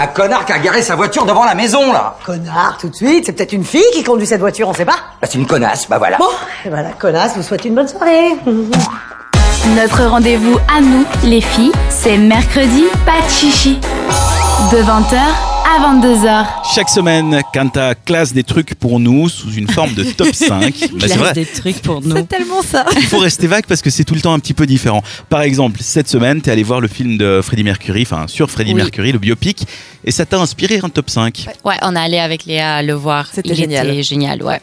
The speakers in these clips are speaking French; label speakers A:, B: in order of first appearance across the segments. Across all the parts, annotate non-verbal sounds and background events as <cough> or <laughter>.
A: un connard qui a garé sa voiture devant la maison, là
B: Connard, tout de suite, c'est peut-être une fille qui conduit cette voiture, on sait pas.
A: Bah, c'est une connasse, bah voilà.
B: Bon, et ben la connasse vous souhaite une bonne soirée.
C: Notre rendez-vous à nous, les filles, c'est mercredi, pas de chichi. De 20h à 22h.
D: Chaque semaine, Kanta classe des trucs pour nous sous une forme de
E: <laughs>
D: top 5. Bah, c'est vrai,
E: des trucs pour nous.
F: tellement ça.
D: il faut rester vague parce que c'est tout le temps un petit peu différent. Par exemple, cette semaine, t'es allé voir le film de Freddie Mercury, enfin sur Freddie
E: Oui.
D: Mercury, le biopic, et ça t'a inspiré un top 5.
E: Ouais, on est allé avec Léa le voir.
F: C'était
E: Il
F: génial.
E: était génial, ouais.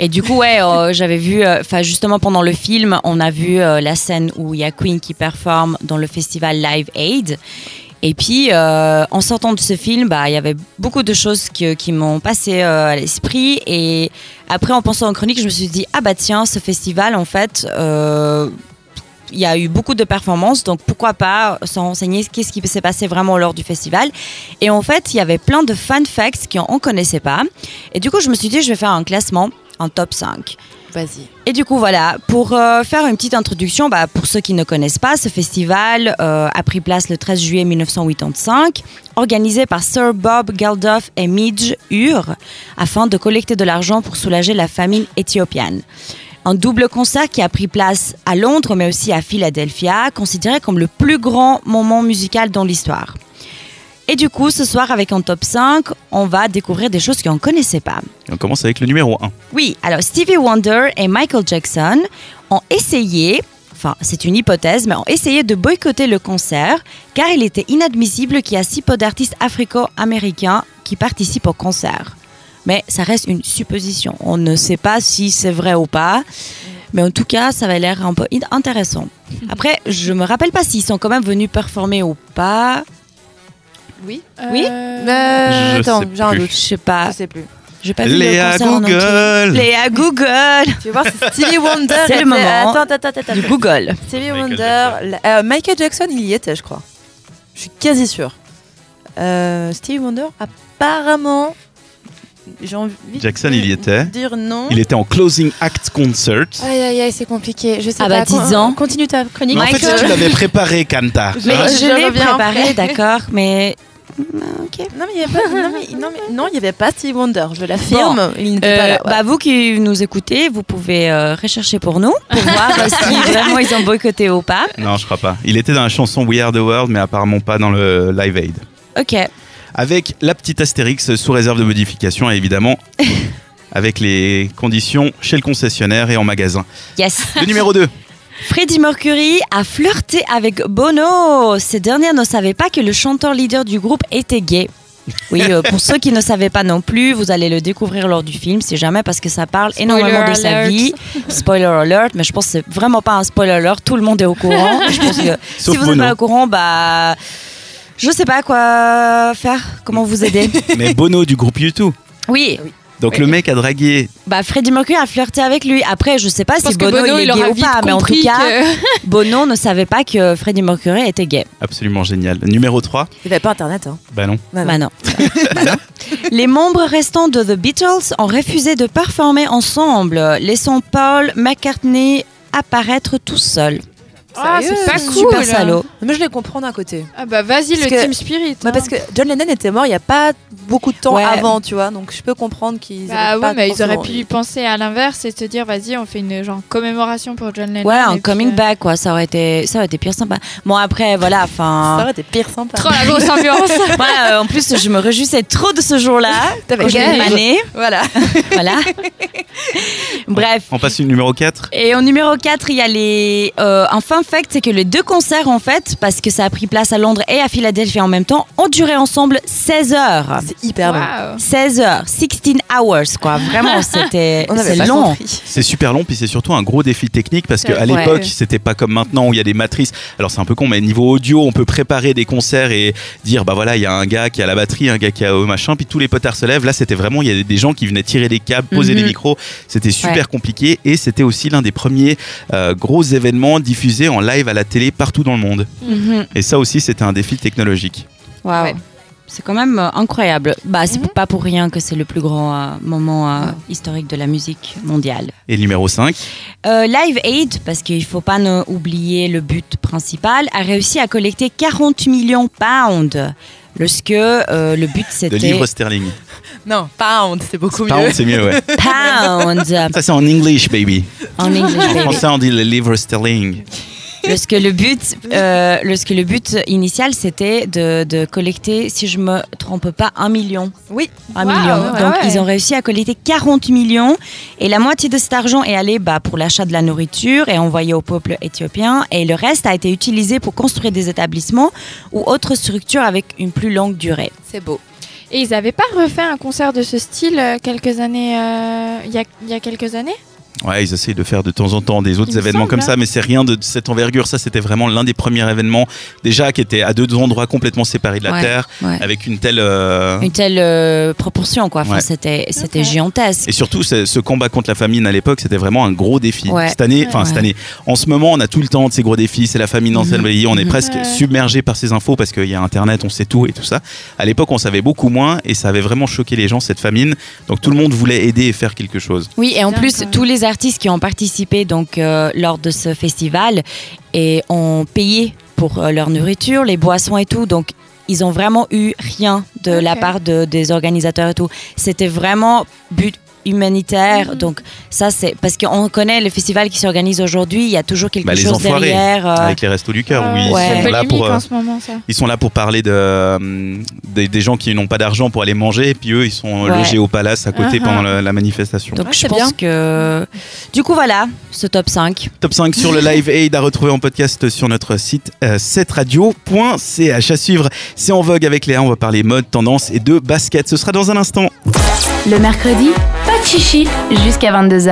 E: Et du coup, ouais, euh, j'avais vu, enfin justement pendant le film, on a vu euh, la scène où il y a Queen qui performe dans le festival Live Aid. Et puis, euh, en sortant de ce film, bah, il y avait beaucoup de choses que- qui m'ont passé euh, à l'esprit. Et après, en pensant en chronique, je me suis dit, ah bah tiens, ce festival, en fait, euh, il y a eu beaucoup de performances, donc pourquoi pas s'en renseigner qu'est-ce qui s'est passé vraiment lors du festival. Et en fait, il y avait plein de fun facts qu'on ne connaissait pas. Et du coup, je me suis dit, je vais faire un classement, un top 5.
F: Vas-y.
E: Et du coup, voilà, pour euh, faire une petite introduction, bah, pour ceux qui ne connaissent pas, ce festival euh, a pris place le 13 juillet 1985, organisé par Sir Bob Geldof et Midge Ure, afin de collecter de l'argent pour soulager la famine éthiopienne. Un double concert qui a pris place à Londres, mais aussi à Philadelphia, considéré comme le plus grand moment musical dans l'histoire. Et du coup, ce soir, avec un top 5, on va découvrir des choses qu'on ne connaissait pas.
D: Et on commence avec le numéro 1.
E: Oui, alors Stevie Wonder et Michael Jackson ont essayé, enfin c'est une hypothèse, mais ont essayé de boycotter le concert car il était inadmissible qu'il y a si peu d'artistes africo-américains qui participent au concert. Mais ça reste une supposition, on ne sait pas si c'est vrai ou pas. Mais en tout cas, ça avait l'air un peu in-
F: <laughs>
E: intéressant. Après, je me rappelle pas s'ils sont quand même venus performer ou pas.
F: Oui.
E: Oui
F: Euh,
D: Je
F: attends,
D: sais
F: j'ai un
D: plus.
E: Je
F: doute.
E: sais pas.
F: Je sais plus.
E: J'ai pas vu le
D: Léa
E: concert en entier.
D: Google
E: Léa Google.
F: Tu veux voir, c'est Stevie Wonder.
E: C'est le
F: était-
E: moment.
F: Attends, attends, attends, attends.
E: Du Google.
F: Stevie
D: Michael
F: Wonder.
D: Jackson.
F: la- euh, Michael Jackson, il y était, je crois. Je suis quasi sûre. Euh, Stevie Wonder, apparemment. J'ai envie de
D: Jackson, il y était.
F: dire non.
D: Il était en closing act concert.
F: Aïe, aïe, aïe, c'est compliqué. Je sais
E: Ah
F: pas.
E: bah,
F: Con-
E: dix ans.
F: Continue ta chronique.
D: Mais en fait, si tu l'avais préparé, Kanta.
F: Mais
D: hein,
E: Mais
F: Ah, je
E: je l'ai
F: reviens
E: préparé, d'accord, mais.
F: Non, mais il n'y avait pas. Non, mais, non, mais- non, il y avait pas Stevie Wonder. Je l'affirme. Il n'était pas
E: Euh,
F: là. ouais.
E: bah, vous qui nous écoutez, vous pouvez euh, rechercher pour nous, pour voir euh,
F: <laughs>
E: si vraiment ils ont boycotté ou pas.
D: Non, je crois pas. Il était dans la chanson We Are the World, mais apparemment pas dans le Live Aid.
E: Ok.
D: Avec la petite astérix sous réserve de modification, et évidemment, avec les conditions chez le concessionnaire et en magasin.
E: Yes.
D: Le numéro 2.
E: Freddie Mercury a flirté avec Bono. Ces dernières ne savaient pas que le chanteur leader du groupe était gay. Oui, euh, pour ceux qui ne savaient pas non plus, vous allez le découvrir lors du film, si jamais, parce que ça parle énormément de sa
F: alert.
E: vie. Spoiler alert, mais je pense que c'est vraiment pas un spoiler alert, tout le monde est au courant. Je
D: <laughs>
E: pense que
D: Sauf
E: si vous n'êtes
D: Bono.
E: pas au courant, bah. Je sais pas quoi faire, comment vous aider.
D: <laughs> Mais Bono du groupe YouTube.
E: Oui,
D: Donc le mec a dragué.
E: bah Freddie Mercury a flirté avec lui. Après, je sais pas
G: Je pense
E: si
G: que
E: Bono,
G: Bono,
E: il est
G: il
E: gay
G: aura
E: ou
G: vite
E: pas, mais en tout
G: compris
E: cas,
G: que-
E: Bono ne savait pas que Freddie Mercury était gay.
D: Absolument génial. Le Numéro 3.
F: Il n'y avait pas Internet. Hein.
D: Bah non.
F: Ah non.
E: Bah non.
G: <laughs>
E: Bah non. <laughs> Les membres restants de The Beatles ont refusé de performer ensemble, laissant Paul McCartney apparaître tout seul.
G: Ah,
F: Sérieux
G: c'est pas cool.
E: Super salaud.
F: Mais je les comprends d'un côté.
G: Ah bah vas-y
F: Parce
G: le
F: que-
G: team spirit.
F: Bah,
G: hein.
F: parce que John Lennon était mort il n'y a pas beaucoup de temps
E: Ouais.
F: avant, tu vois. Donc je peux comprendre qu'ils.
G: Bah
F: avaient
G: ouais,
F: pas
G: mais ils auraient
F: forcément-
G: pu y penser à l'inverse et se dire vas-y, on fait une genre commémoration pour John Lennon.
E: Ouais,
G: et
E: un
G: puis,
E: coming
G: euh,
E: back, quoi. Ça aurait été, ça aurait été pire sympa. Bon, après, voilà,
F: Ça
E: enfin.
G: <laughs>
F: aurait été pire sympa.
G: Trop la grosse ambiance.
E: Ouais, euh, en plus, je me réjouissais trop de ce jour-là.
F: T'avais
E: Quand je l'ai
F: gagné.
E: mané. <laughs>
F: Voilà.
E: Voilà.
G: <laughs>
E: Bref.
D: On passe au numéro 4.
E: Et en numéro 4, il y a les. euh, un fun fact, c'est que les deux concerts, en fait, parce que ça a pris place à Londres et à Philadelphie en même temps, ont duré ensemble 16 heures.
F: C'est hyper bon.
G: Waouh.
E: 16 heures, 16 hours, quoi.
F: <laughs>
E: Vraiment, c'était
F: On avait
E: c'est
F: pas
E: long.
F: compris.
D: C'est super long, puis c'est surtout un gros défi technique parce qu'à
G: Ouais.
D: l'époque, c'était pas comme maintenant où il y a des matrices. Alors c'est un peu con, mais niveau audio, on peut préparer des concerts et dire bah voilà, il y a un gars qui a la batterie, un gars qui a au machin, puis tous les potards se lèvent. Là, c'était vraiment, il y a des gens qui venaient tirer des câbles, poser
E: Mhm.
D: des micros. C'était super
E: Ouais.
D: compliqué et c'était aussi l'un des premiers euh, gros événements diffusés en live à la télé partout dans le monde.
E: Mhm.
D: Et ça aussi, c'était un défi technologique.
E: Waouh.
G: Ouais.
E: C'est quand même euh, incroyable. Bah, c'est
F: Mhm.
E: pas pour rien que c'est le plus grand euh, moment euh, historique de la musique mondiale.
D: Et le numéro 5.
E: Euh, Live Aid, parce qu'il faut pas ne oublier le but principal, a réussi à collecter 40 millions de pounds. Parce que euh, le but
D: De
E: c'était
D: livres sterling.
F: Non, pound, c'est beaucoup
D: Par
F: mieux.
D: contre, c'est mieux,
E: <laughs>
D: ouais.
E: pound
D: Ça, c'est en English,
E: <laughs>
D: baby.
E: en
D: En
E: anglais.
D: français, on dit le livre sterling.
E: Parce que le but, euh, parce que le but initial c'était de, de collecter, si je me trompe pas, un million.
F: Oui.
E: Un
G: Wow,
E: million.
G: ouais,
E: Donc
G: ouais.
E: ils ont réussi à collecter 40 millions et la moitié de cet argent est allé bah, pour l'achat de la nourriture et envoyé au peuple éthiopien et le reste a été utilisé pour construire des établissements ou autres structures avec une plus longue durée.
F: C'est beau.
G: Et ils n'avaient pas refait un concert de ce style euh, quelques années, euh, il y, a, il y a quelques années
D: Ouais, ils essayent de faire de temps en temps des
G: Il
D: autres
G: me
D: événements
G: semble,
D: comme
G: hein.
D: ça, mais c'est rien de cette envergure. Ça, c'était vraiment l'un des premiers événements, déjà, qui était à deux endroits complètement séparés de la
E: Ouais,
D: Terre,
E: ouais.
D: avec une telle. euh,
E: Une telle euh, proportion quoi. Enfin
D: Ouais.
E: c'était c'était
G: Ok.
E: gigantesque.
D: Et surtout, ce ce combat contre la famine à l'époque, c'était vraiment un gros défi.
E: Ouais.
D: Cette année, enfin cette
E: Ouais.
D: année, en ce moment, on a tout le temps de ces gros défis. C'est la famine dans tel
E: Mhm.
D: pays. On est
E: Mhm.
D: presque
G: Ouais.
D: submergé par ces infos parce qu'il y a Internet, on sait tout et tout ça. À l'époque, on savait beaucoup moins et ça avait vraiment choqué les gens cette famine. Donc tout le monde voulait aider et faire quelque chose.
E: Oui, et en
G: Dingue,
E: plus,
G: quand même.
E: tous les artistes qui ont participé donc euh, lors de ce festival et ont payé pour euh, leur nourriture, les boissons et tout. Donc, ils ont vraiment eu rien de la
G: Ok.
E: part de- des organisateurs et tout. C'était vraiment but humanitaire.
G: Mhm.
E: Donc, ça, c'est parce qu'on connaît le festival qui s'organise aujourd'hui. Il y a toujours quelque
D: Bah, les
E: chose
D: enfoirés,
E: derrière. euh,
D: Avec les restos du cœur, oui,
G: Euh,
D: ils
E: ouais.
G: C'est
D: sont là
G: polémique
D: pour. euh,
G: en ce moment, ça.
D: Ils sont là pour parler de, euh, des, des gens qui n'ont pas d'argent pour aller manger, et puis eux, ils sont
E: Ouais.
D: logés au palace à côté
G: Uh-huh.
D: pendant la, la manifestation.
E: Donc,
F: Ouais,
E: je
F: c'est
E: pense
F: bien.
E: que. Du coup, voilà, ce top 5.
D: Top 5 sur le Live Aid à retrouver en podcast sur notre site euh, 7radio.ch. À suivre, c'est en vogue avec Léa. On va parler mode, tendance et de basket. Ce sera dans un instant.
C: Le mercredi, pas de chichi jusqu'à 22h.